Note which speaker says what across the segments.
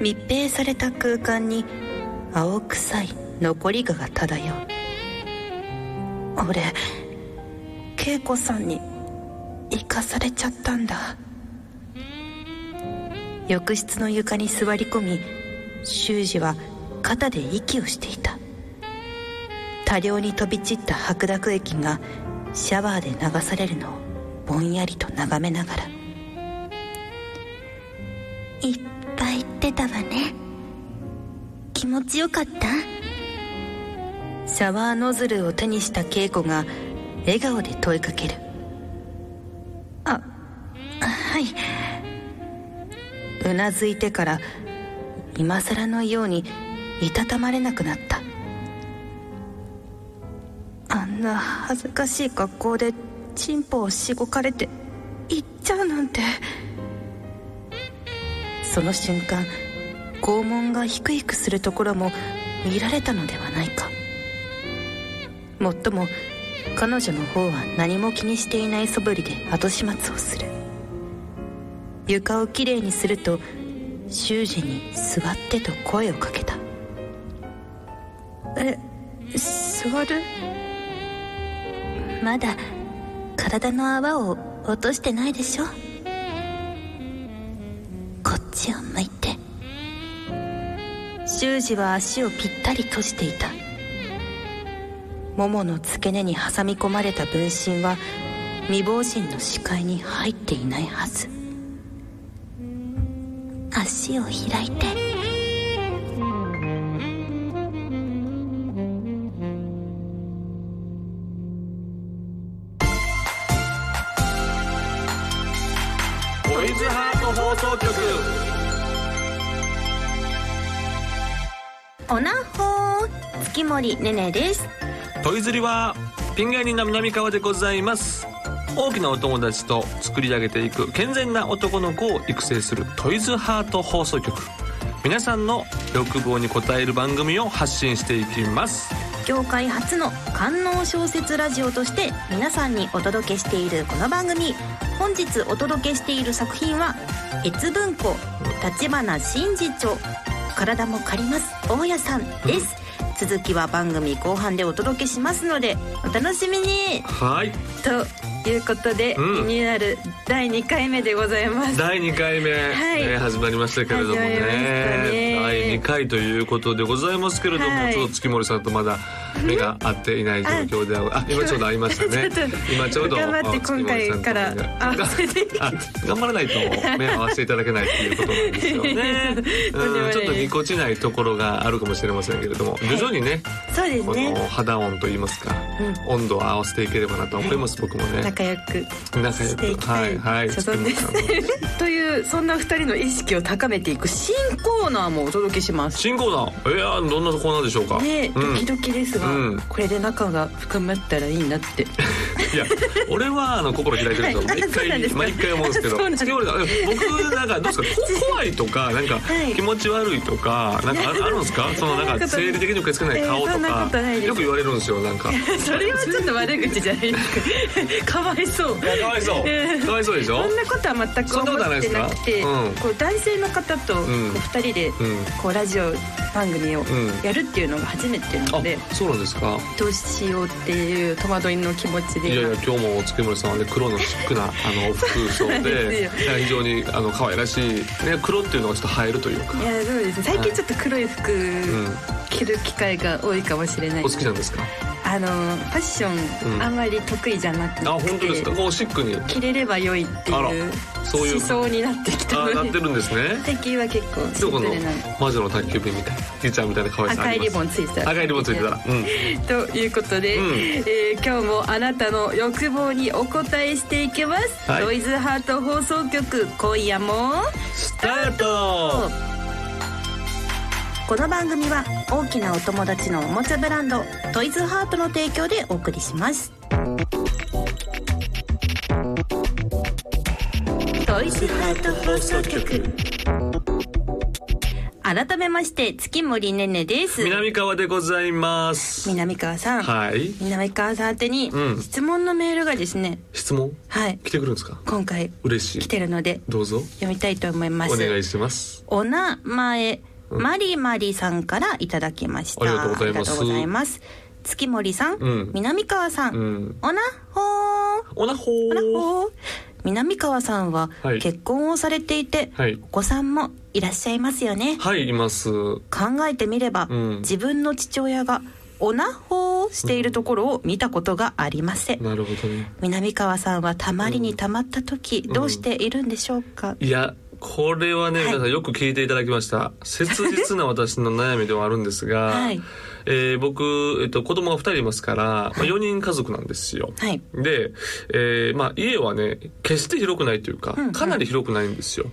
Speaker 1: 密閉された空間に青臭い残り香が漂う俺恵子さんに生かされちゃったんだ浴室の床に座り込み修二は肩で息をしていた多量に飛び散った白濁液がシャワーで流されるのをぼんやりと眺めながら
Speaker 2: いっぱい出たわね気持ちよかった
Speaker 1: シャワーノズルを手にした恵子が笑顔で問いかける
Speaker 2: あはいう
Speaker 1: なずいてから今更のようにいたたまれなくなった
Speaker 2: あんな恥ずかしい格好でチンポをしごかれて行っちゃうなんて
Speaker 1: その瞬間肛門がひくひくするところも見られたのではないかもっとも彼女の方は何も気にしていない素振りで後始末をする床をきれいにすると修士に「座って」と声をかけた
Speaker 2: え座る
Speaker 1: まだ体の泡を落としてないでしょ
Speaker 2: こっちを向いて
Speaker 1: 修士は足をぴったり閉じていたももの付け根に挟み込まれた分身は未亡人の視界に入っていないはず
Speaker 2: 足を開いて
Speaker 3: トイズハート放送局
Speaker 2: おなほー月森ねねです
Speaker 3: トイズリはピン芸人の南川でございます大きなお友達と作り上げていく健全な男の子を育成するトイズハート放送局皆さんの欲望に応える番組を発信していきます
Speaker 2: 業界初の官能小説ラジオとして皆さんにお届けしているこの番組本日お届けしている作品は「越文庫立花真嗣著体も借ります大家さん」です、続きは番組後半でお届けしますのでお楽しみに
Speaker 3: はい
Speaker 2: ということで、
Speaker 3: うん
Speaker 2: 気になる第2回目でございます
Speaker 3: 第2回目、
Speaker 2: はい
Speaker 3: えー始まりましたけれどもね
Speaker 2: 始まりましたね
Speaker 3: 第2回ということでございますけれども、
Speaker 2: はい
Speaker 3: ちょっと月森さんとまだ目が合っていない状況であ今ちょうど会いましたね
Speaker 2: ちょっと
Speaker 3: 今ちょうど
Speaker 2: 頑張って
Speaker 3: あ月森
Speaker 2: 今回
Speaker 3: さんと
Speaker 2: から
Speaker 3: 目が
Speaker 2: 合わせてい き
Speaker 3: あ頑張らないと目を合わせていただけないっていうことなんですよね うんちょっとぎこちないところがあるかもしれませんけれども徐々にね
Speaker 2: そうです
Speaker 3: この
Speaker 2: ね
Speaker 3: 肌音といいますか、温度を合わせていければなと思います僕もね
Speaker 2: 仲良く
Speaker 3: 仲良
Speaker 2: していき
Speaker 3: く
Speaker 2: た
Speaker 3: はいいはい
Speaker 2: 所存です
Speaker 3: 月森さんの
Speaker 2: というそんな2人の意識を高めていく新コーナーもお届けします
Speaker 3: 新コーナーいやーどんなコーナーでしょうか、
Speaker 2: ねえ
Speaker 3: うん、
Speaker 2: ドキ
Speaker 3: い
Speaker 2: ドキですが、
Speaker 3: うん
Speaker 2: これで仲が深まったらいいなって
Speaker 3: や俺はあの心開いてると
Speaker 2: はいあ
Speaker 3: 毎
Speaker 2: そうなん
Speaker 3: 回
Speaker 2: ですか
Speaker 3: 毎回思うんですけど
Speaker 2: そうなんです
Speaker 3: 月森さん僕なんかどう ですかこ怖いとかなんか
Speaker 2: はい
Speaker 3: 気持ち悪いとかなんかああるんです かそのなんか生理的に受け付けない顔と
Speaker 2: いやそんなこと
Speaker 3: か
Speaker 2: ないです
Speaker 3: よく言われるんですよなん か。
Speaker 2: それはちょっと悪口じゃないですかかわいそう
Speaker 3: いやかわいそう
Speaker 2: えー
Speaker 3: かわいそうでしょ
Speaker 2: そんなことは全く
Speaker 3: そんな
Speaker 2: 思
Speaker 3: ことはない
Speaker 2: っ
Speaker 3: で
Speaker 2: て
Speaker 3: すか
Speaker 2: なくて
Speaker 3: うん
Speaker 2: こう男性の方とこう
Speaker 3: うん
Speaker 2: 2人で
Speaker 3: ん
Speaker 2: こうラジオ番組を
Speaker 3: ん
Speaker 2: やるっていうのが初めてなので
Speaker 3: あそうなんですか
Speaker 2: どうしようっていう戸惑いの気持ち
Speaker 3: いやいや
Speaker 2: で
Speaker 3: 今日も月森さんはね黒のシックなあの服装
Speaker 2: なん です
Speaker 3: で
Speaker 2: よ
Speaker 3: 非常にあの可愛らしい、ね、黒っていうのがちょっと映えるというか
Speaker 2: いやそうですね最近ちょっと黒い服
Speaker 3: うん
Speaker 2: 着る機会が多いかもしれない
Speaker 3: お好きなんですか
Speaker 2: あのファッショ
Speaker 3: うん
Speaker 2: ンあんまり得意じゃなくて、
Speaker 3: あ本当ですかこうシックに
Speaker 2: 着れれば良いってい
Speaker 3: あら
Speaker 2: う
Speaker 3: そういう
Speaker 2: 思想になってきた
Speaker 3: あな
Speaker 2: の
Speaker 3: っ
Speaker 2: で
Speaker 3: てるんですね
Speaker 2: 最近は結構シ
Speaker 3: ど
Speaker 2: ン
Speaker 3: こ
Speaker 2: プ
Speaker 3: の
Speaker 2: ルな
Speaker 3: 魔女の宅急便みたいなじいちゃんみたいな可愛さあ
Speaker 2: 赤い
Speaker 3: り
Speaker 2: リ
Speaker 3: ます
Speaker 2: ボンついてた
Speaker 3: 赤いリボンついてたらうん
Speaker 2: ということで、
Speaker 3: うん
Speaker 2: えー今日もあなたの欲望にお答えしていきます、
Speaker 3: はい
Speaker 2: ノイズハート放送局今夜も
Speaker 3: スタート
Speaker 2: この番組は大きなお友達のおもちゃブランドトイズハートの提供でお送りしますトイズハート放送局改めまして月森ねねです
Speaker 3: 南川でございます
Speaker 2: 南川さん、
Speaker 3: はい
Speaker 2: 南川さん宛てに
Speaker 3: うん
Speaker 2: 質問のメールがですね、
Speaker 3: 質問
Speaker 2: はい
Speaker 3: 来てくるんですか
Speaker 2: 今回
Speaker 3: 嬉しい
Speaker 2: 来てるので
Speaker 3: どうぞ
Speaker 2: 読みたいと思いま
Speaker 3: お
Speaker 2: す
Speaker 3: 願いします
Speaker 2: お名前、
Speaker 3: うん
Speaker 2: マリマリさんからいただきました
Speaker 3: ありがとうございます
Speaker 2: ありがとうございます月森さん、
Speaker 3: うん
Speaker 2: 南川さん、
Speaker 3: うん
Speaker 2: おなほー
Speaker 3: おなほ
Speaker 2: おな
Speaker 3: ー
Speaker 2: ほー南川さんは
Speaker 3: はい
Speaker 2: 結婚をされていて、
Speaker 3: はい
Speaker 2: お子さんもいらっしゃいますよね
Speaker 3: はいいます
Speaker 2: 考えてみれば、
Speaker 3: うん
Speaker 2: 自分の父親がおなほーしているところを見たことがありません、
Speaker 3: なるほどね
Speaker 2: 南川さんはたまりにたまった時、
Speaker 3: ん
Speaker 2: どうしているんでしょうか、
Speaker 3: いやこれはね、皆さんよく聞いていただきました切実な私の悩みではあるんですが、
Speaker 2: はい
Speaker 3: えー僕、えっと、子供が2人いますから、まあ、4人家族なんですよ、
Speaker 2: はい
Speaker 3: で、えーまあ、家はね決して広くないというか、
Speaker 2: うんうん
Speaker 3: かなり広くないんですよ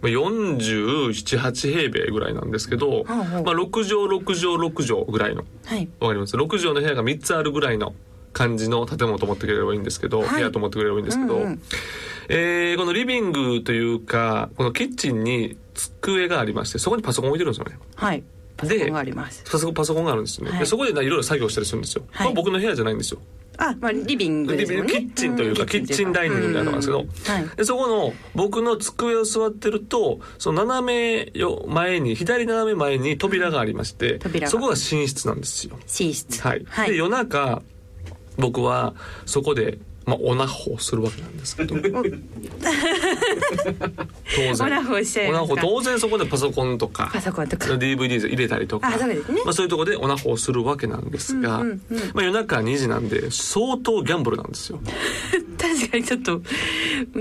Speaker 3: まあ478平米ぐらいなんですけど、
Speaker 2: うんうん
Speaker 3: まあ、6畳6畳6畳ぐらいの
Speaker 2: はい
Speaker 3: わかります6畳の部屋が3つあるぐらいの感じの建物と思ってくれればいいんですけど、
Speaker 2: はい
Speaker 3: 部屋と思ってくれればいいんですけど、
Speaker 2: うんうん
Speaker 3: えーこのリビングというかこのキッチンに机がありましてそこにパソコン置いてるんですよね
Speaker 2: はいパソコンがあります
Speaker 3: パソコンパソコンがあるんですよね、
Speaker 2: はい
Speaker 3: でそこでいろいろ作業したりするんですよ、
Speaker 2: はい
Speaker 3: これ僕の部屋じゃないんですよ
Speaker 2: あ、まあ、リビングですよね。
Speaker 3: リビングキッチンというか
Speaker 2: ん
Speaker 3: キッチンダイニングみたいなのがあるんです
Speaker 2: うんはい。
Speaker 3: でそこの僕の机を座ってるとその斜めよ前に左斜め前に扉がありまして、
Speaker 2: 扉が
Speaker 3: そこが寝室なんですよ
Speaker 2: 寝室。
Speaker 3: はい、
Speaker 2: はい。
Speaker 3: で夜中僕はそこで、まあ、おなほをするわけなんです けど当
Speaker 2: オナ
Speaker 3: 然
Speaker 2: ホしちゃい
Speaker 3: おな
Speaker 2: ます
Speaker 3: ほ
Speaker 2: か。
Speaker 3: 当然そこでパソコンとか
Speaker 2: パソコンとか。
Speaker 3: DVD 入れたりとか
Speaker 2: あそうですね
Speaker 3: まあ、そういうところでオナホをするわけなんですが、
Speaker 2: うんうんうん
Speaker 3: まあ、夜中2時なんで相当ギャンブルなんですよ。
Speaker 2: 確かにちょっと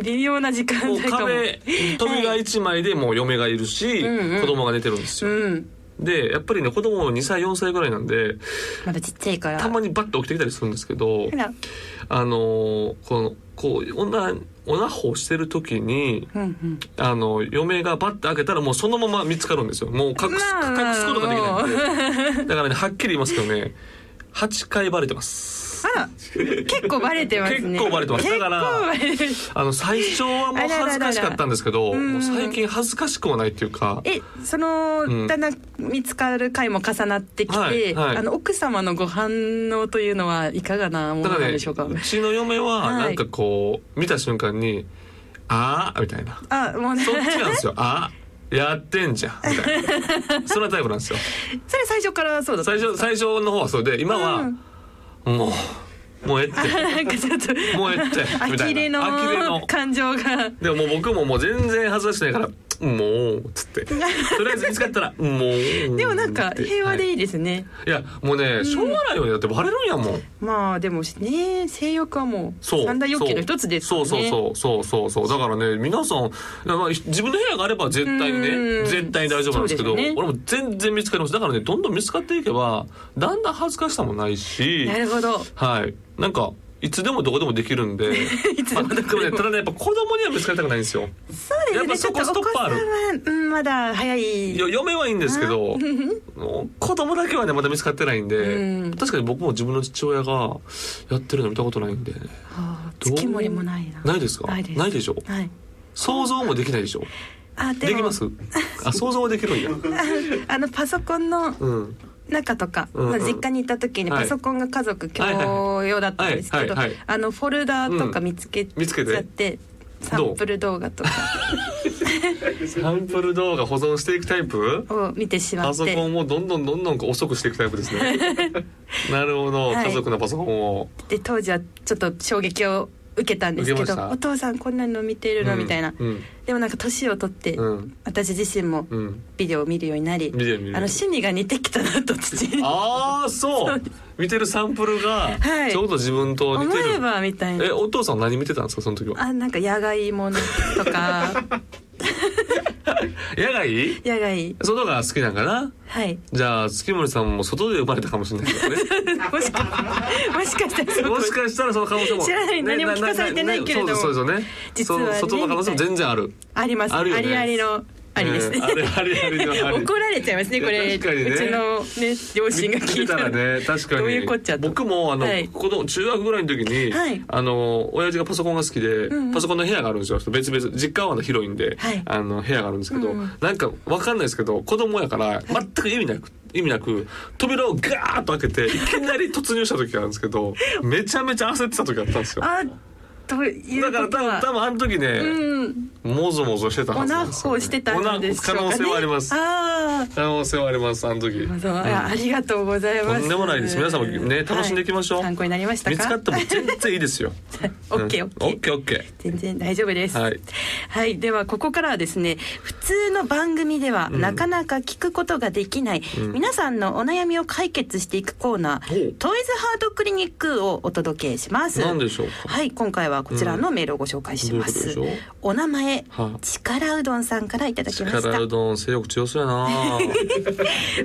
Speaker 2: 微妙 な時間
Speaker 3: もう
Speaker 2: 帯かも。
Speaker 3: 壁扉1枚でもう嫁がいるし、
Speaker 2: うんうん
Speaker 3: 子供が寝てるんです
Speaker 2: う
Speaker 3: よ。
Speaker 2: ん。
Speaker 3: でやっぱりね子供も2歳4歳ぐらいなんで
Speaker 2: まだちっちゃいから。
Speaker 3: たまにバッと起きてきたりするんですけど
Speaker 2: あら
Speaker 3: あのーこのこう女女法してる時に
Speaker 2: うんうん。
Speaker 3: あの嫁がバッと開けたらもうそのまま見つかるんですよもう隠す,、
Speaker 2: まあ
Speaker 3: 隠すことができないんでだからねはっきり言いますけどね8回バレてます。
Speaker 2: あら、結構バレてますね。
Speaker 3: 結構バレてますだから
Speaker 2: 結構バレてる
Speaker 3: あの最初はもう恥ずかしかったんですけど
Speaker 2: あらららら
Speaker 3: もう最近恥ずかしくはないっていうか
Speaker 2: え、その旦那見つかる回も重なってきて、
Speaker 3: はいはい
Speaker 2: あの奥様のご反応というのはいかがなも
Speaker 3: だ
Speaker 2: の
Speaker 3: から
Speaker 2: な
Speaker 3: ね
Speaker 2: んで
Speaker 3: う
Speaker 2: しょうか。
Speaker 3: ちの嫁は
Speaker 2: はい
Speaker 3: なんかこう見た瞬間に「ああ」みたいな
Speaker 2: あ、もうね、
Speaker 3: そっちなんですよ「ああやってんじゃん」みたいなそんなタイプなんですよ
Speaker 2: それ最初からそうだった。
Speaker 3: 最初最初の方はそれで今は「もうもうええって
Speaker 2: なんかちょっと。
Speaker 3: もうええって」みた
Speaker 2: 呆れ
Speaker 3: いな呆れ
Speaker 2: の
Speaker 3: の
Speaker 2: 感情が
Speaker 3: でももう僕ももう全然恥ずかしくないから「もう」っつってとりあえず見つかったら「もう」
Speaker 2: でもなんか
Speaker 3: って
Speaker 2: 平和
Speaker 3: は
Speaker 2: で
Speaker 3: い
Speaker 2: いいですね、
Speaker 3: いやもうねしょうがないよねだってバレるんやもん
Speaker 2: まあでもね性欲はもう
Speaker 3: そう
Speaker 2: 三大欲求の一つですからね
Speaker 3: そうそうそうそうそうそうだからね皆さんまあ自分の部屋があれば絶対に
Speaker 2: う
Speaker 3: ね
Speaker 2: ん
Speaker 3: 絶対に大丈夫なんですけど
Speaker 2: そうですよね
Speaker 3: 俺も全然見つかりますだからねどんどん見つかっていけばだんだん恥ずかしさもないし
Speaker 2: なるほど
Speaker 3: はいなんかいつでもどこでもできるんで
Speaker 2: いつでもどこでも
Speaker 3: まあねただねやっぱ子供には見つかりたくないんですよ
Speaker 2: そうですね
Speaker 3: やっぱそこストップある
Speaker 2: ちょっとお子さんは、うん、まだ早い
Speaker 3: いや嫁はいいんですけど子供だけはねまだ見つかってないん
Speaker 2: う
Speaker 3: で
Speaker 2: ん
Speaker 3: 確かに僕も自分の父親がやってるの見たことないんで
Speaker 2: ああ
Speaker 3: どう
Speaker 2: 月森もないな
Speaker 3: ないですか
Speaker 2: ないです
Speaker 3: ないでしょ
Speaker 2: はい
Speaker 3: 想像もできないでしょ
Speaker 2: あでも
Speaker 3: できます あ想像はできるんや
Speaker 2: あのパソコンの
Speaker 3: うん
Speaker 2: 中とか、
Speaker 3: うんうん
Speaker 2: 実家にいた時に
Speaker 3: はい
Speaker 2: パソコンが家族共用だったんですけ
Speaker 3: は
Speaker 2: ど、
Speaker 3: いはいはい
Speaker 2: あのフォルダとか見つけち
Speaker 3: 見つけて
Speaker 2: ゃって、サンプル動画とか
Speaker 3: サンプル動画保存していくタイプ
Speaker 2: を見てしま
Speaker 3: パ
Speaker 2: っ
Speaker 3: ソ
Speaker 2: て
Speaker 3: コンをどんどんどんどんこう遅くしていくタイプです ねなるほど
Speaker 2: はい
Speaker 3: 家族のパソコンを
Speaker 2: で当時はちょっと衝撃を受けたんですけ
Speaker 3: 受け
Speaker 2: ど
Speaker 3: ました
Speaker 2: お父さんこんなの見てるの、みたいな
Speaker 3: うん
Speaker 2: でもなんか年を取って、
Speaker 3: うん
Speaker 2: 私自身も
Speaker 3: うん
Speaker 2: ビデオを見るようになり、
Speaker 3: 見てる見てる
Speaker 2: あの趣味が似てきたなと父 に
Speaker 3: ああそう見てるサンプルが
Speaker 2: はい
Speaker 3: ちょうど自分と似
Speaker 2: 思
Speaker 3: て
Speaker 2: え
Speaker 3: る
Speaker 2: ばみたい
Speaker 3: え
Speaker 2: な
Speaker 3: お父さん何見てたんですかその時は
Speaker 2: あなんか野外もの とか
Speaker 3: 野外
Speaker 2: 野外
Speaker 3: 外が好きなんかな
Speaker 2: はい
Speaker 3: じゃあ月森さんも外で生まれたかもしれないですね
Speaker 2: もしかもしかしたらそう
Speaker 3: もしかしたらその可能性も
Speaker 2: 知らない何も聞かされてないけれども
Speaker 3: そうですそうですよね
Speaker 2: 実はね
Speaker 3: その外の可能性も全然ある
Speaker 2: あります
Speaker 3: あ
Speaker 2: あ
Speaker 3: るよね
Speaker 2: りありのあありですね
Speaker 3: うん、あれあれあれではあり
Speaker 2: 怒られちゃいますねこ
Speaker 3: い
Speaker 2: れ、
Speaker 3: や確かにね
Speaker 2: うちのね両親が
Speaker 3: 見つ
Speaker 2: 聞
Speaker 3: け
Speaker 2: い
Speaker 3: た
Speaker 2: たら
Speaker 3: らね確かに
Speaker 2: どういうこっちゃと
Speaker 3: 僕もあの、
Speaker 2: はい
Speaker 3: この中学ぐらいの時に、
Speaker 2: はい
Speaker 3: あの親父がパソコンが好きで、
Speaker 2: うん
Speaker 3: パソコンの部屋があるんですよ別々実家はまだ広いんで、
Speaker 2: はい
Speaker 3: あの部屋があるんですけど、
Speaker 2: うんうん
Speaker 3: なんかわかんないですけど子供やから全く意味なく。意味なく扉をガーッと開けていきなり突入した時があるんですけ どめちゃめちゃ焦ってた時があったんですよ
Speaker 2: あとい
Speaker 3: だ
Speaker 2: う
Speaker 3: から
Speaker 2: こと
Speaker 3: 多分
Speaker 2: は
Speaker 3: 多分あの時ね、
Speaker 2: うん
Speaker 3: もぞもぞしてた
Speaker 2: お
Speaker 3: はずな
Speaker 2: なんっ
Speaker 3: ですよ、ね、
Speaker 2: こしてたんですかね
Speaker 3: おなっこ可能性はあります
Speaker 2: あ
Speaker 3: 可能性はありますあの時
Speaker 2: あ、そうあありがとうございます
Speaker 3: とんでもないです皆さんもね楽しんでいきましょう
Speaker 2: はい参考になりましたか
Speaker 3: 見つかっても全然いいですよ
Speaker 2: オッケーオッケー
Speaker 3: オッケー
Speaker 2: 全然大丈夫です。
Speaker 3: はい
Speaker 2: はいではここからはですね、普通の番組では
Speaker 3: うん
Speaker 2: なかなか聞くことができない、
Speaker 3: うん
Speaker 2: 皆さんのお悩みを解決していくコーナ
Speaker 3: ほう
Speaker 2: ー、トイズハートクリニックをお届けします。
Speaker 3: 何でしょうか
Speaker 2: はい、今回はこちらのメールをご紹介しま
Speaker 3: うん
Speaker 2: す。
Speaker 3: どういうことでし
Speaker 2: お名前、
Speaker 3: はあ
Speaker 2: 力うどんさんからいただきました。
Speaker 3: 力うどん性欲強そうやな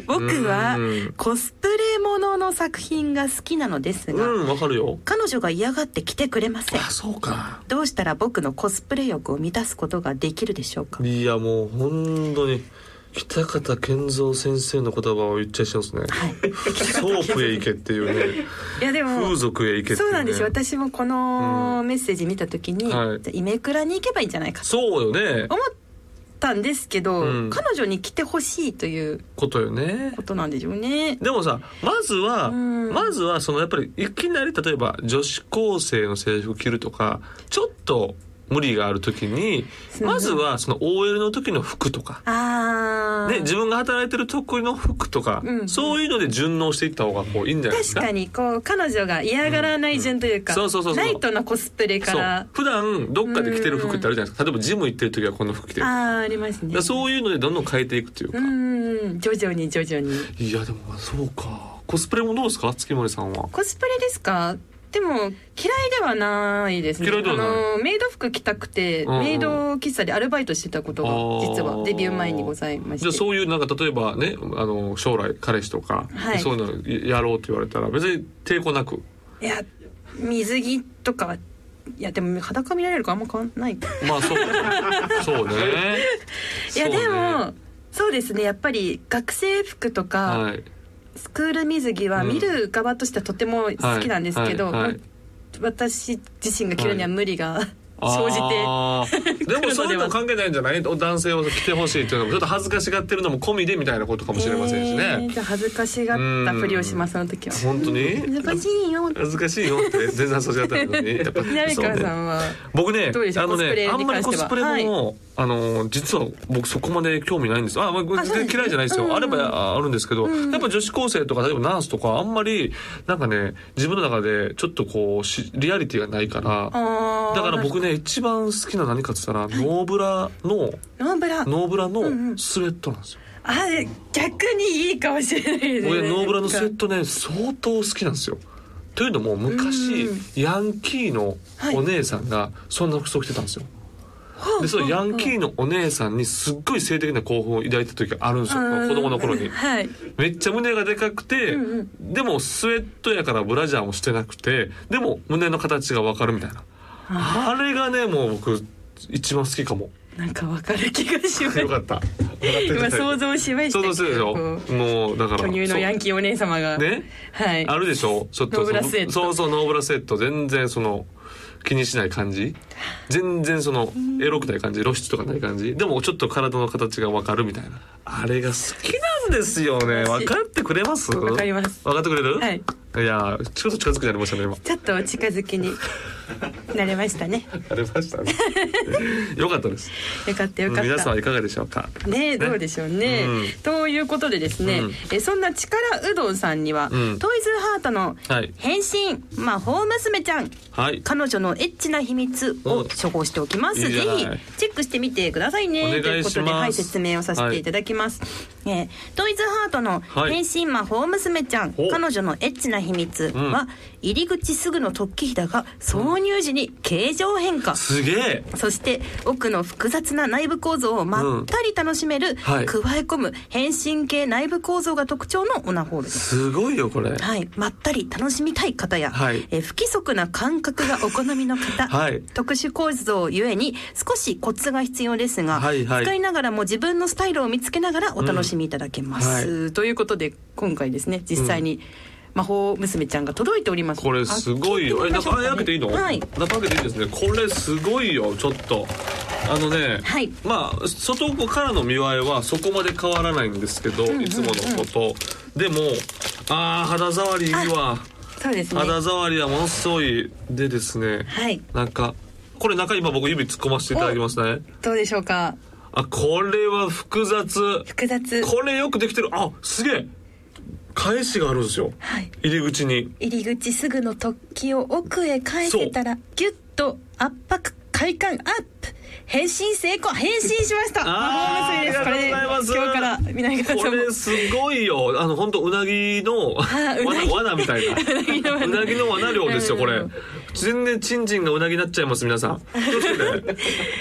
Speaker 2: 僕は
Speaker 3: うん
Speaker 2: コスプレものの作品が好きなのですが、
Speaker 3: うんわかるよ
Speaker 2: 彼女が嫌がって来てくれません。
Speaker 3: あそうか
Speaker 2: どうしたら僕のコスプレ欲を満たすことができるでしょうか
Speaker 3: いやもう本当に北方健三先生の言葉を言っちゃいますね
Speaker 2: はい。
Speaker 3: ソープへ行けっていうね
Speaker 2: いやでも
Speaker 3: 風俗へ行けっていうね
Speaker 2: そうなんですよ。私もこのメッセージ見た時に、
Speaker 3: はい
Speaker 2: じゃあイメクラに行けばいいんじゃないかと
Speaker 3: そうよね
Speaker 2: 思ったんですけど、
Speaker 3: うん
Speaker 2: 彼女に来てほしいという
Speaker 3: ことよね
Speaker 2: ことなんでしょうね。
Speaker 3: でもさまずは、
Speaker 2: うん
Speaker 3: まずはそのやっぱりいきなり例えば女子高生の制服着るとかちょっと無理がある時に
Speaker 2: そう
Speaker 3: まずはその OL の時の服とか、
Speaker 2: ああ、
Speaker 3: ね、自分が働いてる時の服とか、
Speaker 2: うん
Speaker 3: そういうので順応していった方がこういいんじゃないです
Speaker 2: 確
Speaker 3: か。
Speaker 2: かにこう彼女が嫌がらない順というか、
Speaker 3: うんうんそうそうそうそう
Speaker 2: ライトなコスプレか
Speaker 3: そう
Speaker 2: ら
Speaker 3: 普段どっかで着てる服ってあるじゃないですか例えばジム行ってる時はこの服着てるとか
Speaker 2: ああーあります
Speaker 3: だ
Speaker 2: ね
Speaker 3: から。そういうのでどんどん変えていくというか、
Speaker 2: うん徐々に徐々に
Speaker 3: いやでもそうかコスプレもどうですか月森さんは
Speaker 2: コスプレですかでも嫌いではないですね
Speaker 3: 嫌いではない
Speaker 2: あのメイド服着たくて、
Speaker 3: うんうん
Speaker 2: メイド喫茶でアルバイトしてたこと
Speaker 3: あー
Speaker 2: が実はデビュー前にございまして
Speaker 3: じゃあそういうなんか例えばねあの将来彼氏とか、
Speaker 2: はい
Speaker 3: そういうのやろうって言われたら別に抵抗 なく
Speaker 2: いや水着とかはいやでも裸見られるかあんま変わんないい
Speaker 3: まあそうそうねそう
Speaker 2: やで
Speaker 3: ね
Speaker 2: もそうですねやっぱり学生服とか、
Speaker 3: はい
Speaker 2: スクール水着は
Speaker 3: うん
Speaker 2: 見る側としてはとても好きなんですけど、
Speaker 3: はいはいはい
Speaker 2: 私自身が着るには無理が、生じて
Speaker 3: あーでもそういうの関係ないんじゃないお男性を着てほしいっていうのもちょっと恥ずかしがってるのも込みでみたいなことかもしれませんし
Speaker 2: えー
Speaker 3: ね、
Speaker 2: じゃあ恥ずかしがったふりをしますその時は
Speaker 3: 本当に
Speaker 2: 難しいよ
Speaker 3: 恥ずかしいよって全然そうじゃったのにやっぱ
Speaker 2: 南川さんは、
Speaker 3: 僕ね
Speaker 2: どうでしょう
Speaker 3: あの
Speaker 2: コスプレ
Speaker 3: ね
Speaker 2: に
Speaker 3: あんまり
Speaker 2: 関
Speaker 3: コ
Speaker 2: して
Speaker 3: ス
Speaker 2: は
Speaker 3: プレも、あの実は僕そこまで興味ないんですあ、まあ、
Speaker 2: あそうですね
Speaker 3: 嫌いじゃないですよ、
Speaker 2: うんうん
Speaker 3: あればあるんですけど、やっぱ女子高生とか例えばナースとかあんまりなんかね自分の中でちょっとこうしリアリティがないから
Speaker 2: あー
Speaker 3: だから僕ね一番好きな何かって言ったらノーブラの
Speaker 2: ノーブラあ
Speaker 3: ノーブラ
Speaker 2: んう
Speaker 3: の
Speaker 2: ん
Speaker 3: スウェットなんですよ、
Speaker 2: 逆にいいかもしれないです
Speaker 3: 僕
Speaker 2: ね
Speaker 3: ねノーブラのスウェッ
Speaker 2: ト
Speaker 3: トね相当好きなんですよというのも昔
Speaker 2: うん
Speaker 3: ヤンキーのお姉さんがそんな服装着てたんですよ、でそのヤンキーのお姉さんにすっごい性的な興奮を抱いた時があるんですよ子供の頃に
Speaker 2: はい
Speaker 3: めっちゃ胸がでかくて、
Speaker 2: うんう
Speaker 3: でもスウェットやからブラジャーもしてなくてでも胸の形がわかるみたいなあれがねもう僕一番好きかも
Speaker 2: なんかわかる気が します
Speaker 3: よかった
Speaker 2: 今想像しました
Speaker 3: 想像するでしょ
Speaker 2: こう
Speaker 3: もうだから
Speaker 2: 巨乳のヤンキーお姉様が、
Speaker 3: そうね
Speaker 2: はい
Speaker 3: あるでしょちょっと
Speaker 2: ノーブラスウェット
Speaker 3: そのそうそうノーブラスウェット全然その気にしない感じ全然そのエロくない感じ露出とかない感じでもちょっと体の形がわかるみたいなあれが好きなんですよね分かってくれます
Speaker 2: わかります
Speaker 3: 分かってくれる、
Speaker 2: はい、
Speaker 3: いやーちょっと近づくなりましたね今
Speaker 2: ちょっとお近づきになれましたね
Speaker 3: ありました ねよかったです
Speaker 2: よかったよかった
Speaker 3: 皆さんはいかがでしょうか
Speaker 2: ねどうでしょうね。
Speaker 3: うん
Speaker 2: ということでですね、
Speaker 3: うん
Speaker 2: えそんな力うどんさんには、
Speaker 3: うん
Speaker 2: トイズハートの
Speaker 3: はい
Speaker 2: 変身魔法娘ちゃん
Speaker 3: はい
Speaker 2: 彼女のエッチな秘密を処方しておきます。
Speaker 3: うんいいじ
Speaker 2: ぜ
Speaker 3: ゃない
Speaker 2: ひチェックしてみてくださいね
Speaker 3: お願い
Speaker 2: ということ
Speaker 3: し
Speaker 2: で、
Speaker 3: ます
Speaker 2: はい説明をさせていただきます。えートイズハートの
Speaker 3: はい
Speaker 2: 変身魔法娘ちゃん、
Speaker 3: お
Speaker 2: 彼女のエッチな秘密は、
Speaker 3: うん
Speaker 2: 入り口すぐの突起ひだが騒挿入時に形状変化
Speaker 3: すげえ
Speaker 2: そして奥の複雑な内部構造をまったり楽しめる、
Speaker 3: はい
Speaker 2: 加え込む変身系内部構造が特徴のオナホールです。
Speaker 3: すごいよこれ
Speaker 2: はい、まったり楽しみたい方や、
Speaker 3: はい
Speaker 2: えー不規則な感覚がお好みの 方、
Speaker 3: はい
Speaker 2: 特殊構造ゆえに少しコツが必要ですが、
Speaker 3: はいはい
Speaker 2: 使いながらも自分のスタイルを見つけながらお楽しみいただけます。
Speaker 3: うん
Speaker 2: ということで今回ですね実際に魔法娘ちゃんが届いております。
Speaker 3: これすごいよ
Speaker 2: あ
Speaker 3: え中開けていいの
Speaker 2: はい
Speaker 3: 中開けていいですねこれすごいよちょっとあのね、
Speaker 2: はい
Speaker 3: まあ外からの見栄えはそこまで変わらないんですけど、いつものことでもあー肌触りいいわ
Speaker 2: そうですね。
Speaker 3: 肌触りはものすごいでですね
Speaker 2: はい
Speaker 3: なんかこれ中今僕指突っ込ませていただきますね
Speaker 2: どうでしょうか
Speaker 3: あこれは複雑
Speaker 2: 複雑
Speaker 3: これよくできてるあすげえ返しがあるんですよ
Speaker 2: はい
Speaker 3: 入り口に
Speaker 2: 入り口すぐの突起を奥へ返せたらギュッと圧迫快感アップ変身成功変身しました魔
Speaker 3: あ
Speaker 2: 法
Speaker 3: ー
Speaker 2: 娘ですこれで
Speaker 3: ありがとうございます
Speaker 2: 今日から南川
Speaker 3: こ
Speaker 2: さんも
Speaker 3: れすごいよあの本当うなぎの
Speaker 2: あうな
Speaker 3: 罠
Speaker 2: ぎ
Speaker 3: 罠みたいなうなぎの罠量ですよこれ
Speaker 2: うん
Speaker 3: 全然チンチンがうなぎになっちゃいます皆さん気をつけて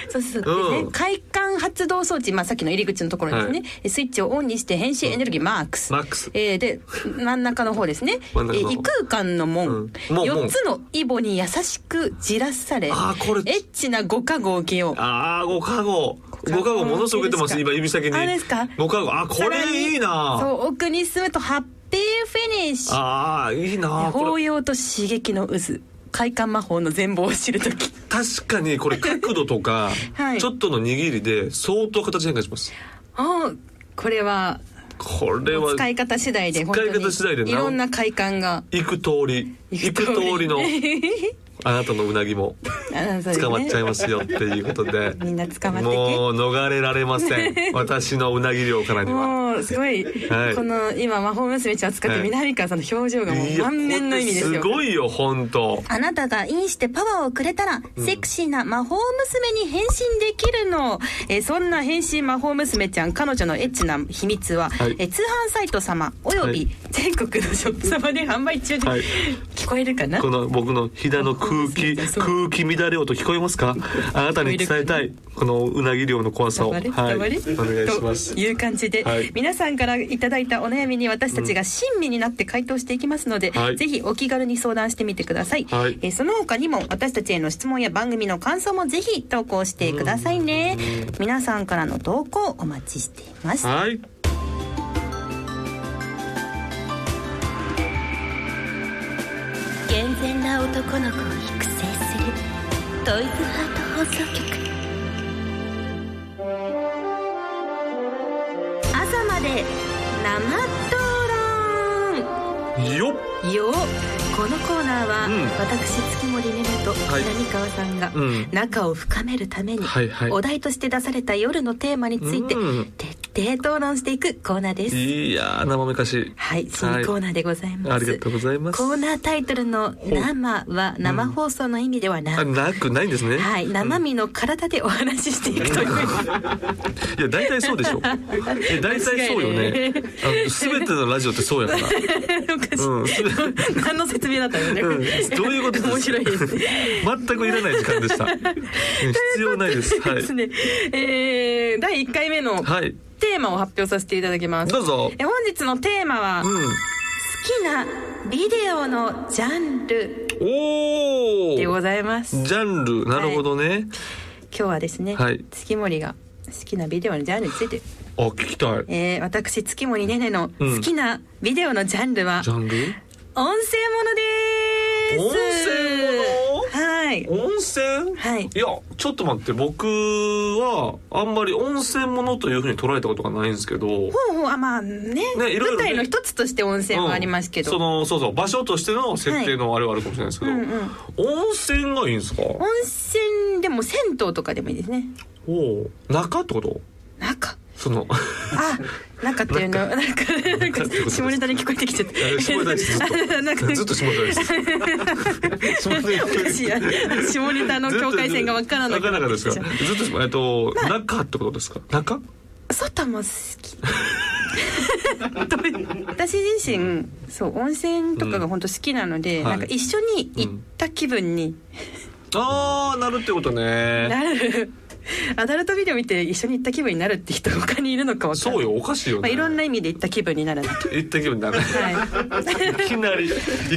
Speaker 2: そうそうそうです
Speaker 3: う
Speaker 2: ね
Speaker 3: ん
Speaker 2: 快感発動装置まあさっきの入り口のところですね
Speaker 3: は
Speaker 2: えスイッチをオンにして変身エネルギーマックス
Speaker 3: マックス
Speaker 2: えーで真ん中の方ですねえ
Speaker 3: 真ん中の
Speaker 2: ー
Speaker 3: 方
Speaker 2: 異空間の門
Speaker 3: うん門
Speaker 2: 4つのイボに優しくじらされエ
Speaker 3: あーこれ
Speaker 2: ッチなご加護を受けよう
Speaker 3: ああご加護
Speaker 2: 加護
Speaker 3: ご加護ものすごく出てます今指先に
Speaker 2: あですか
Speaker 3: ご加護あこ
Speaker 2: さらに
Speaker 3: れいいな
Speaker 2: そう奥に進むとハッピーフィニッシュ
Speaker 3: あ あいいなこ
Speaker 2: 抱
Speaker 3: れ
Speaker 2: 擁と刺激の渦快感魔法の全貌を知るとき
Speaker 3: 確かにこれ角度とか
Speaker 2: はい
Speaker 3: ちょっとの握りで相当形変化します
Speaker 2: ああこれは
Speaker 3: これは
Speaker 2: 使い方次第で本当に
Speaker 3: 使い方次第でない
Speaker 2: ろんな快感が
Speaker 3: 行く通り行く通りのあなたのうなぎも捕
Speaker 2: 捕
Speaker 3: まっちゃいますよっていうことで
Speaker 2: みんな捕まってね
Speaker 3: もう逃れられません私のうなぎ漁からには
Speaker 2: もうすごい、
Speaker 3: はい
Speaker 2: この今魔法娘ちゃんを使って
Speaker 3: はい
Speaker 2: 南川さんの表情がも
Speaker 3: いうや
Speaker 2: 満面の意味ですよ
Speaker 3: これすごいよ本当
Speaker 2: あなたがインしてパワーをくれたら、セクシーな魔法娘に変身できるの。えーそんな変身魔法娘ちゃん、彼女のエッチな秘密は、
Speaker 3: はい
Speaker 2: えー通販サイト様、およ
Speaker 3: は
Speaker 2: び
Speaker 3: い
Speaker 2: 全国のショップ様で販売中で、
Speaker 3: はい
Speaker 2: 聞こえるかな
Speaker 3: この僕のひだの空気
Speaker 2: そ
Speaker 3: 空
Speaker 2: う
Speaker 3: 気乱れ音聞こえますかあなたに伝えたいこのうなぎ漁の怖さを
Speaker 2: 黙
Speaker 3: は
Speaker 2: れ
Speaker 3: いお
Speaker 2: 黙れ
Speaker 3: 願いします
Speaker 2: という感じで、
Speaker 3: はい
Speaker 2: 皆さんからいただいたお悩みに私たちが親身になって回答していきますので、
Speaker 3: はい
Speaker 2: ぜひお気軽に相談してみてください、
Speaker 3: はい
Speaker 2: えーその他にも私たちへの質問や番組の感想もぜひ投稿してくださいね皆さんからの投稿お待ちしています
Speaker 3: はい
Speaker 1: 健全な男の子を育成するトイズハート放送局
Speaker 2: 朝まで生討
Speaker 3: よっ
Speaker 2: 論よこのコーナーは、
Speaker 3: うん
Speaker 2: 私月森ねねと
Speaker 3: はい
Speaker 2: 南川さんが、
Speaker 3: うん
Speaker 2: 仲を深めるために、
Speaker 3: はいはい
Speaker 2: お題として出された夜のテーマについて、
Speaker 3: うん
Speaker 2: 徹底討論していくコーナーです。
Speaker 3: いやー生めかしい
Speaker 2: はい、そのコーナーでございます。
Speaker 3: ありがとうございます
Speaker 2: コーナータイトルの「
Speaker 3: う
Speaker 2: 生」は生放送の意味ではな
Speaker 3: あ
Speaker 2: い。
Speaker 3: なくないんですね
Speaker 2: はい、生身の体でお話ししていくという。
Speaker 3: いや大体そう でしょ。え大体そうよね。あの全てのラジオってそうやから。
Speaker 2: おかしい
Speaker 3: うん。すべうん
Speaker 2: 何の説明だったのね。
Speaker 3: どういうことですか。
Speaker 2: 面白いです。
Speaker 3: 全くいらない時間で した。必要ないです。は
Speaker 2: です
Speaker 3: い。
Speaker 2: ね。 えー第1回目の
Speaker 3: はい。
Speaker 2: テーマを発表させていただきます。
Speaker 3: どうぞ。
Speaker 2: え本日のテーマは、
Speaker 3: う
Speaker 2: 好
Speaker 3: ん。
Speaker 2: きなビデオのジャンル
Speaker 3: おお。
Speaker 2: で
Speaker 3: ジ
Speaker 2: ございます。
Speaker 3: ャンルなるほどね。
Speaker 2: 今日はですね、
Speaker 3: はい
Speaker 2: 月森が好きなビデオのジャンルについて、
Speaker 3: あ聞きたい。
Speaker 2: えー、私月森ねねの
Speaker 3: うん
Speaker 2: 好きなビデオのジャンルは
Speaker 3: ジャンル？
Speaker 2: 音声ものです
Speaker 3: 音声
Speaker 2: はい
Speaker 3: 温泉？
Speaker 2: はい
Speaker 3: いやちょっと待って僕はあんまり温泉ものというふうに捉えたことがないんですけど。
Speaker 2: ほうほうあまあね
Speaker 3: いろいろね
Speaker 2: 舞台の一つとして温泉はありますけど、
Speaker 3: うんそのそうそう場所としての設定のあれはあるかもしれないですけど、
Speaker 2: うんうん
Speaker 3: 温泉がいいんですか
Speaker 2: 温泉でも銭湯とかでもいいですね
Speaker 3: おお中ってこと
Speaker 2: 中
Speaker 3: そ の
Speaker 2: あ中っていうのなんかなんか下ネタに聞こえてきちゃった
Speaker 3: え下ネタですずっ
Speaker 2: なんか
Speaker 3: とずっと下ネタ です下ネタ
Speaker 2: おかしいや下ネタの境界線がわからな
Speaker 3: な
Speaker 2: く
Speaker 3: か
Speaker 2: な
Speaker 3: なかっ
Speaker 2: って
Speaker 3: た
Speaker 2: き
Speaker 3: です
Speaker 2: ちゃ
Speaker 3: か
Speaker 2: う
Speaker 3: ずっとえっと中ってことですか中
Speaker 2: 外も好き私自身そう温泉とかが本当好きなので、
Speaker 3: うんはい
Speaker 2: なんか一緒に行った気分に
Speaker 3: ああなるってことね
Speaker 2: なる、アダルトビデオ見て一緒に行った気分になるって人他にいるのかわかんな
Speaker 3: そ
Speaker 2: い
Speaker 3: うよおかしいよね、
Speaker 2: まあ、いろんな意味で行った気分になるなと。
Speaker 3: 言った気分になる
Speaker 2: はい
Speaker 3: きなりい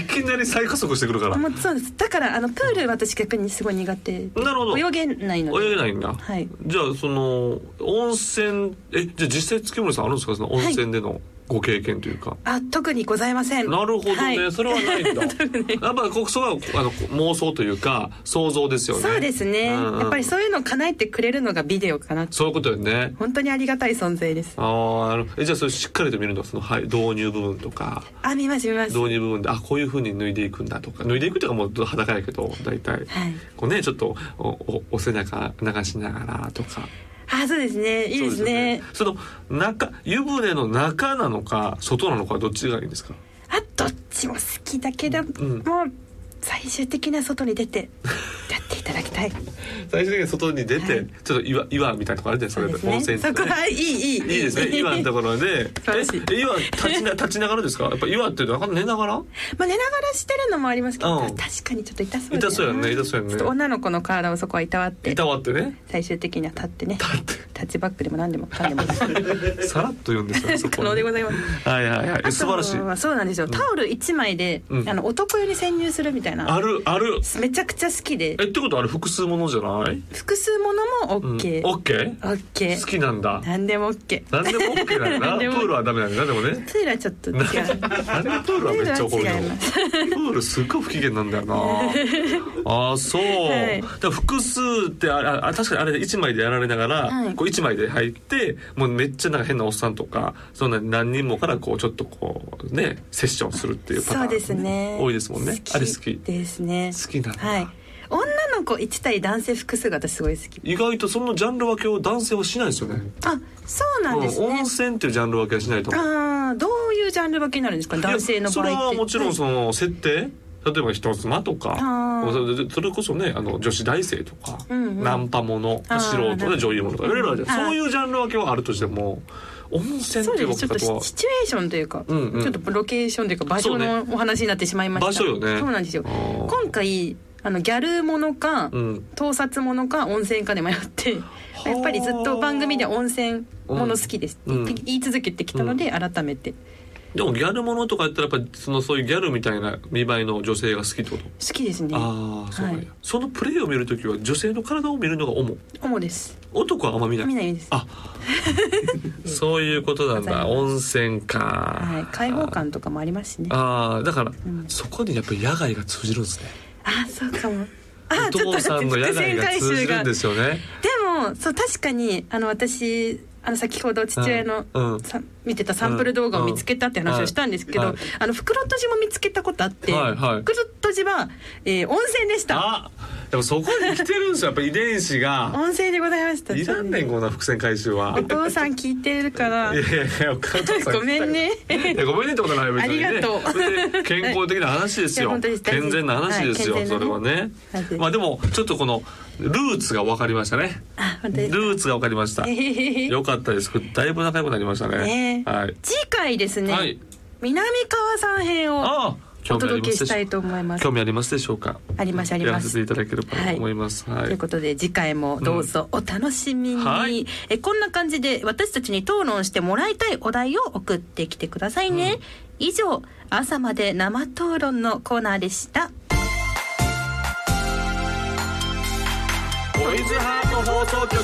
Speaker 3: きなり再加速してくるから
Speaker 2: い、もうそうですだからあのプール私逆にすごい苦手で
Speaker 3: なるほど
Speaker 2: 泳げないので
Speaker 3: 泳げないんだ、
Speaker 2: はい
Speaker 3: じゃあその温泉えじゃあ実際月森さんあるんですかその温泉でのご経験というか、
Speaker 2: あ特にございません
Speaker 3: なるほどね、
Speaker 2: はい
Speaker 3: それはないん だやっぱこそはあの妄想というか想像ですよね
Speaker 2: そうですね、
Speaker 3: うんうん
Speaker 2: やっぱりそういうのを叶えてくれるのがビデオかな
Speaker 3: そういうことよね
Speaker 2: 本当にありがたい存在です
Speaker 3: ああえじゃあそれしっかりと見るのその、はい、導入部分とか
Speaker 2: あ見ます見ます
Speaker 3: 導入部分であこういうふうに脱いでいくんだとか脱いでいくというかもう裸やけど大体
Speaker 2: はい
Speaker 3: こうねちょっとおおお背中流しながらとか
Speaker 2: あそうですねいいですね
Speaker 3: そうですよねその中湯船の中なのか外なのかどっちがいいんですか
Speaker 2: あどっちも好きだけど、
Speaker 3: ん
Speaker 2: もう最終的には外に 出てやっていただきたい
Speaker 3: 最終的に外に出て、
Speaker 2: はい
Speaker 3: ちょっと岩岩みたいなところあるじゃないですか、温泉地
Speaker 2: そこはいいいいいい
Speaker 3: いいです ね岩のところで
Speaker 2: 晴らしい
Speaker 3: え岩立 ちな立ちながらですかやっぱ岩ってなかなか寝ながら
Speaker 2: まあ寝ながらしてるのもありますけど、
Speaker 3: うん
Speaker 2: 確かにちょっと痛そうだ
Speaker 3: 痛そうやんね痛そうや
Speaker 2: ちょっと
Speaker 3: んね
Speaker 2: 女の子の体をそこはいたわって
Speaker 3: いたわってね
Speaker 2: 最終的には立ってね
Speaker 3: だって
Speaker 2: タッチバックでも何で もかんでも
Speaker 3: さらっと言うんです よそこ
Speaker 2: 可能でございます
Speaker 3: はいはいは
Speaker 2: あ
Speaker 3: い素晴らしい
Speaker 2: とはそうなんですよ、タオル一枚で、
Speaker 3: うん
Speaker 2: あの男湯に潜入するみたいな
Speaker 3: あるある
Speaker 2: めちゃくちゃ好きで
Speaker 3: えってことはあれ複数ものじゃない、
Speaker 2: 複数ものも
Speaker 3: うん
Speaker 2: OK、
Speaker 3: オッケー
Speaker 2: OK
Speaker 3: 好きなんだ
Speaker 2: 何でも OK
Speaker 3: 何でも OK なんだ
Speaker 2: 何
Speaker 3: プ
Speaker 2: でも
Speaker 3: ールはダメなんだでもね
Speaker 2: プールはちょっと違う
Speaker 3: あれプールはめっちゃ怒るよ
Speaker 2: プールは違いま
Speaker 3: プールすっごい不機嫌なんだよな あーそう、
Speaker 2: はい
Speaker 3: だから複数ってあれあ確かにあれ1枚でやられながら、
Speaker 2: はい
Speaker 3: こう1枚で入ってもうめっちゃなんか変なおっさんとかそんな何人もからこうちょっとこうねセッションするっていうパターン、
Speaker 2: そうですね
Speaker 3: 多いですもんねあれ好き
Speaker 2: ですね
Speaker 3: 好きなんだ、
Speaker 2: はい女の子1対男性複数が私すごい好き
Speaker 3: 意外とそのジャンル分けを男性はしないですよね
Speaker 2: あそうなんです
Speaker 3: うん
Speaker 2: ね
Speaker 3: 温泉っていうジャンル分けはしないと思う
Speaker 2: ああどういうジャンル分けになるんですか男性の場合っ
Speaker 3: い
Speaker 2: て
Speaker 3: やそれはもちろんその設定例えば人妻とか
Speaker 2: あ
Speaker 3: そそれこそねあの女子大生とか、
Speaker 2: うんうん
Speaker 3: ナンパもの
Speaker 2: あー
Speaker 3: 素人で女優ものとかいろいろあるじゃん
Speaker 2: あー
Speaker 3: そういうジャンル分けはあるとしても温泉って
Speaker 2: そう
Speaker 3: い
Speaker 2: で
Speaker 3: う
Speaker 2: すちょっと
Speaker 3: 方は
Speaker 2: シチュエーションというか、
Speaker 3: うんうん
Speaker 2: ちょっとロケーションというか場所
Speaker 3: そう
Speaker 2: のお話になってしまいました
Speaker 3: 場所よね
Speaker 2: そうなんですよ
Speaker 3: あー
Speaker 2: 今回あのギャルものか、
Speaker 3: うん
Speaker 2: 盗撮ものか温泉かで迷ってや
Speaker 3: ー
Speaker 2: っぱりずっと番組で温泉もの好きですって
Speaker 3: うん
Speaker 2: 言い続けてきたので改めて好
Speaker 3: でもギャルものとかやったらやっぱそのそういうギャルみたいな見栄えの女性が好きってこと、
Speaker 2: きですね
Speaker 3: ああそうなんや、
Speaker 2: はい
Speaker 3: そのプレイを見るときは女性の体を見るのが主
Speaker 2: 主です
Speaker 3: 男はあんま見ない
Speaker 2: 見ないです
Speaker 3: あそういうことなんだ温泉か、
Speaker 2: はい開放感とかもありますしねあ
Speaker 3: ああだから、
Speaker 2: ん
Speaker 3: そこにやっぱり野外が通じるんですね。
Speaker 2: そうかも
Speaker 3: お
Speaker 2: あちょ
Speaker 3: 父
Speaker 2: っと待
Speaker 3: さん
Speaker 2: っ
Speaker 3: の
Speaker 2: て
Speaker 3: 野
Speaker 2: 伏
Speaker 3: 外
Speaker 2: 線
Speaker 3: が
Speaker 2: 回
Speaker 3: 通
Speaker 2: 収
Speaker 3: じる
Speaker 2: が
Speaker 3: ん
Speaker 2: で
Speaker 3: ですよね。
Speaker 2: もそう確かにあの私あの先ほど父親の、
Speaker 3: うんうん
Speaker 2: さ見てたサンプル動画を見つけたって話をしたんですけど、
Speaker 3: うんはい
Speaker 2: あの袋閉じも見つけたことあって、
Speaker 3: はいはい
Speaker 2: 袋閉じは、えー温泉でした
Speaker 3: あ、でもそこに来てるんですよ。やっぱ遺伝子が。
Speaker 2: 温泉でございました
Speaker 3: いらんねんこんな伏線回収は
Speaker 2: お。父さん聞いてるかない
Speaker 3: やいやいやお母さん
Speaker 2: ごめんね
Speaker 3: いやごめんねってことない別に、ね、
Speaker 2: ありがとう
Speaker 3: で健康的な話です
Speaker 2: いや
Speaker 3: よ
Speaker 2: 本当です大事
Speaker 3: 健全な話ですよ、
Speaker 2: はい
Speaker 3: それ
Speaker 2: 健全
Speaker 3: は
Speaker 2: な
Speaker 3: ね
Speaker 2: 大事です
Speaker 3: まあでもちょっとこのルーツが分かりましたね
Speaker 2: あ本当
Speaker 3: ル
Speaker 2: ですか
Speaker 3: ーツが分かりました
Speaker 2: えへへへ
Speaker 3: よかったですだいぶ仲良くなりましたね
Speaker 2: ねえ
Speaker 3: はい、
Speaker 2: 次回ですね、
Speaker 3: はい
Speaker 2: 南川さん編を
Speaker 3: ああ
Speaker 2: お
Speaker 3: 興味あり
Speaker 2: 届
Speaker 3: ま
Speaker 2: け
Speaker 3: す
Speaker 2: し
Speaker 3: でしょ
Speaker 2: た
Speaker 3: う
Speaker 2: いと思います
Speaker 3: 興味ありますでしょうか
Speaker 2: ありますあり
Speaker 3: や
Speaker 2: ま
Speaker 3: ら
Speaker 2: す
Speaker 3: せていただければと思いますはい、
Speaker 2: ということで次回もどうぞお楽しみに、
Speaker 3: うんはい
Speaker 2: えこんな感じで私たちに討論してもらいたいお題を送ってきてくださいね、以上朝まで生討論のコーナーでした
Speaker 3: ボイズハート放送局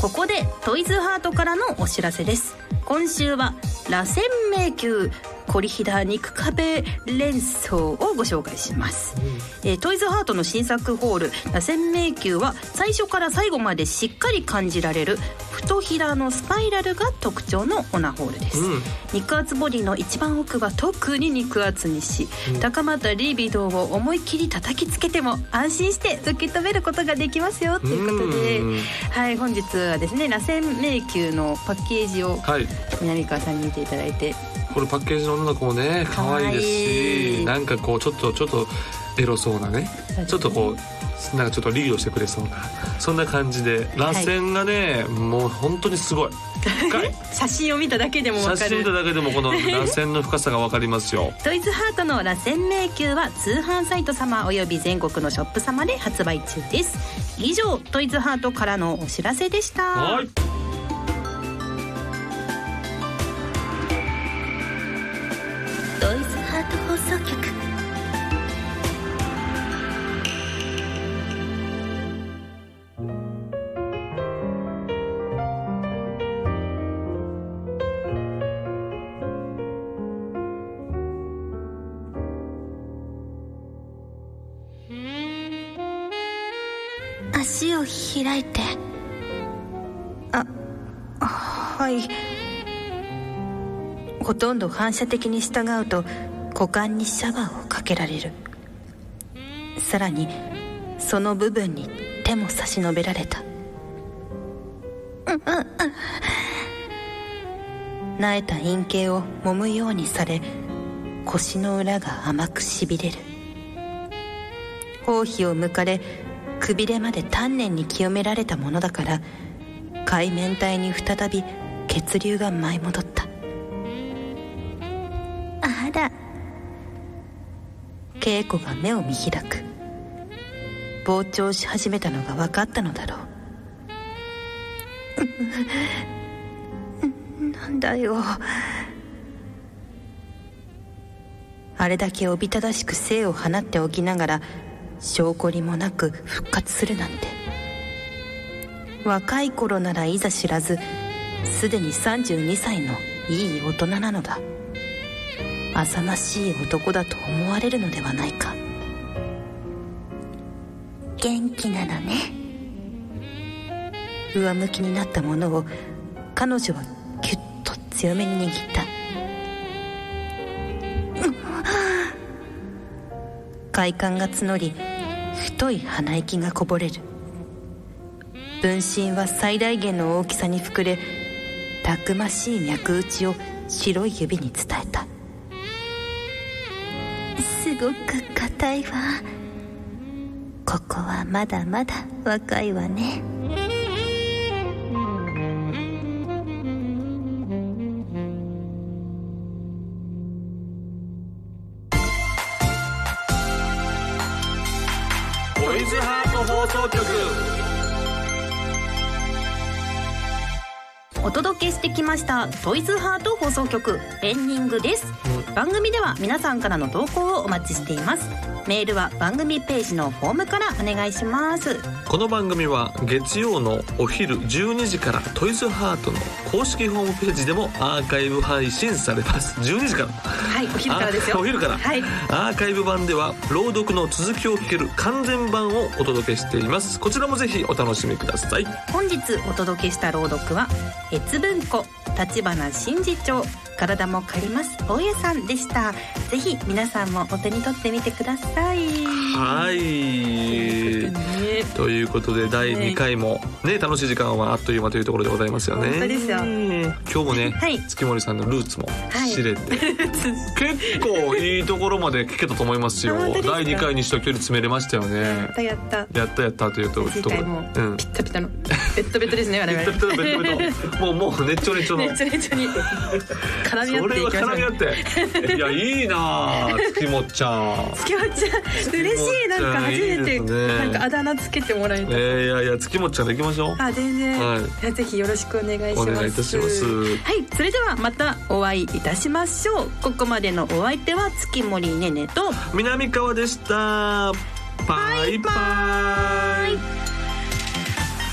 Speaker 1: ここでトイズハートからのお知らせです今週は螺旋迷宮コリヒダ肉壁連想をご紹介します、えートイズハートの新作ホール螺旋迷宮は最初から最後までしっかり感じられる太ひだのスパイラルが特徴のオナホールです、
Speaker 3: うん
Speaker 1: 肉厚ボディの一番奥は特に肉厚にし、高まったリビドーを思いっきり叩きつけても安心して受け止めることができますよということで
Speaker 3: うん
Speaker 1: はい本日はですね螺旋迷宮のパッケージを
Speaker 3: はい
Speaker 1: 南川さんに見ていただいて
Speaker 3: これパッケージの女の子もね可愛いで
Speaker 1: 可愛
Speaker 3: すし
Speaker 1: い
Speaker 3: なんかこうちょっとちょっとエロそうなねちょっとこうなんかちょっとリードしてくれそうなそんな感じで螺旋がね、もう本当にすごい 深い
Speaker 4: 写真を見ただけでもわ
Speaker 3: 写
Speaker 4: か
Speaker 3: 真
Speaker 4: る
Speaker 3: 見ただけでもこの螺旋の深さが分かりますよ
Speaker 4: トイズハートの螺旋迷宮は通販サイト様および全国のショップ様で発売中です以上トイズハートからのお知らせでした
Speaker 3: はい
Speaker 1: ドイツハート放送局足を開いて
Speaker 2: はい
Speaker 1: ほとんど反射的に従うと股間にシャワーをかけられるさらにその部分に手も差し伸べられたうんうんうんなえた陰茎を揉むようにされ腰の裏が甘くしびれる包皮を剥かれくびれまで丹念に清められたものだから海面体に再び血流が舞い戻った
Speaker 2: あら
Speaker 1: 稽古が目を見開く膨張し始めたのが分かったのだろう
Speaker 2: なんだよ
Speaker 1: あれだけおびただしく精を放っておきながら証拠りもなく復活するなんて若い頃ならいざ知らずすでに32歳のいい大人なのだ浅ましい男だと思われるのではないか
Speaker 2: 元気なのね
Speaker 1: 上向きになったものを彼女はキュッと強めに握った快感が募り太い鼻息がこぼれる分身は最大限の大きさに膨れたくましい脈打ちを白い指に伝えた
Speaker 2: すごく硬いわここはまだまだ若いわね
Speaker 3: トイズハート放送局
Speaker 4: お届けしてきましたトイズハート放送局エンディングです、番組では皆さんからの投稿をお待ちしていますメールは番組ページのフォームからお願いします
Speaker 3: この番組は月曜のお昼12時からトイズハートの公式ホームページでもアーカイブ配信されます12時から
Speaker 4: はいお昼からですよ
Speaker 3: あお昼から
Speaker 4: はい
Speaker 3: アーカイブ版では朗読の続きを聞ける完全版をお届けしていますこちらもぜひお楽しみください
Speaker 4: 本日お届けした朗読は越文庫立花真嗣長体も借ります大家さんでしたぜひ皆さんもお手に取ってみてください
Speaker 3: はい
Speaker 4: ね
Speaker 3: ということで第2回もね楽しい時間はあっという間というところでございますよね
Speaker 4: 本当ですよ
Speaker 3: うん今日もね、
Speaker 4: はい
Speaker 3: 月森さんのルーツも
Speaker 4: はい
Speaker 3: 知れて、 結構いいところまで聞けたと思いますよ
Speaker 4: あ本当ですか
Speaker 3: 第2回にしては距離詰めれましたよ
Speaker 4: や
Speaker 3: ね
Speaker 4: ったやった
Speaker 3: やったやったというと
Speaker 4: 次
Speaker 3: ところ
Speaker 4: 回も
Speaker 3: うん
Speaker 4: ピッタピタのベッドベッドですね我
Speaker 3: ベ
Speaker 4: 々
Speaker 3: トベトベトベトもうもう熱調熱調 の
Speaker 4: ねちょにちょに絡み合
Speaker 3: そ
Speaker 4: って
Speaker 3: れ
Speaker 4: い
Speaker 3: は
Speaker 4: きま
Speaker 3: 絡
Speaker 4: し
Speaker 3: み
Speaker 4: ょ
Speaker 3: 合
Speaker 4: う
Speaker 3: っていやいいなあ月もっちゃ ん
Speaker 4: つけまっちゃん嬉しいなんか初めて
Speaker 3: いいですね
Speaker 4: なんかあだ名つけてもらえ
Speaker 3: え
Speaker 4: た
Speaker 3: ー、いやいや月もっちゃんでいきましょう
Speaker 4: あ全然、
Speaker 3: はい
Speaker 4: いやぜひよろしくお願いし
Speaker 3: お
Speaker 4: ます
Speaker 3: 願いいたします
Speaker 4: はいそれではまたお会いいたしましょうここまでのお相手は月森ねねと
Speaker 3: 南川でしたバイバイ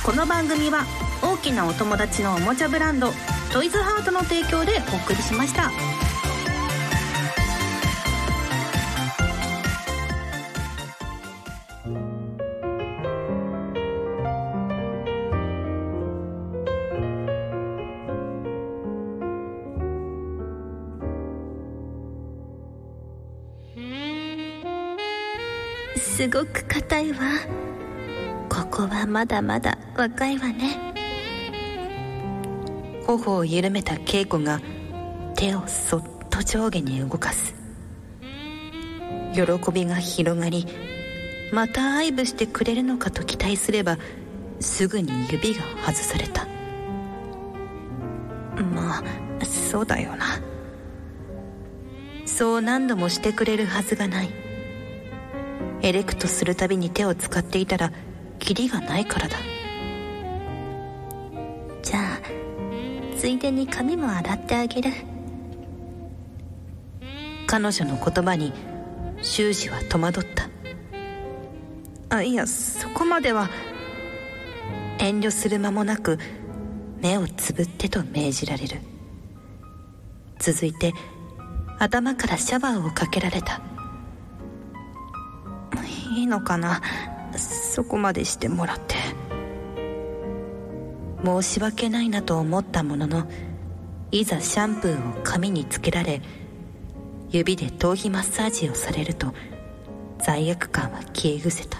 Speaker 4: この番組は大きなお友達のおもちゃブランドトイズハートの提供でお送りしました
Speaker 2: すごく硬いわここはまだまだ若いわね
Speaker 1: 頬を緩めた恵子が手をそっと上下に動かす喜びが広がりまた愛撫してくれるのかと期待すればすぐに指が外されたまあそうだよなそう何度もしてくれるはずがないエレクトするたびに手を使っていたらキリがないからだ
Speaker 2: じゃあついでに髪も洗ってあげる
Speaker 1: 彼女の言葉に修二は戸惑ったあいやそこまでは遠慮する間もなく目をつぶってと命じられる続いて頭からシャワーをかけられた
Speaker 2: いいのかなそこまでしてもらって
Speaker 1: 申し訳ないなと思ったもののいざシャンプーを髪につけられ指で頭皮マッサージをされると罪悪感は消え失せた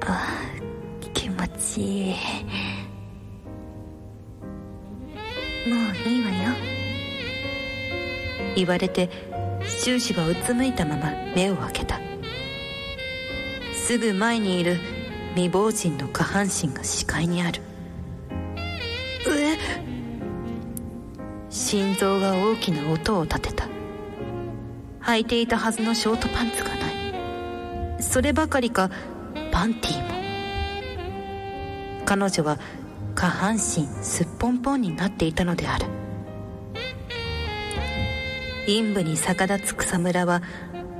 Speaker 2: あ気持ちいいもういいわよ
Speaker 1: 言われて終始はうつむいたまま目を開けたすぐ前にいる未亡人の下半身が視界にある
Speaker 2: え
Speaker 1: 心臓が大きな音を立てた履いていたはずのショートパンツがないそればかりかパンティも彼女は下半身すっぽんぽんになっていたのである陰部に逆立つ草むらは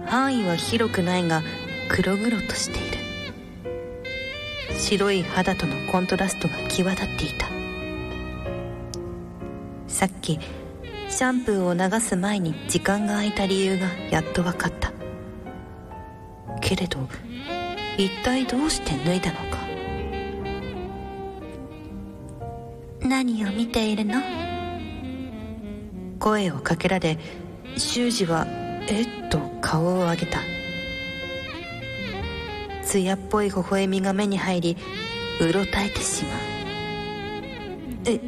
Speaker 1: 範囲は広くないが黒々としている白い肌とのコントラストが際立っていたさっきシャンプーを流す前に時間が空いた理由がやっと分かったけれど一体どうして脱いだのか
Speaker 2: 何を見ているの
Speaker 1: 声をかけられ修二はえっと顔を上げた艶っぽい微笑みが目に入りうろたえてしまう
Speaker 2: え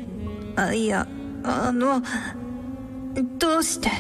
Speaker 2: あいやあのどうして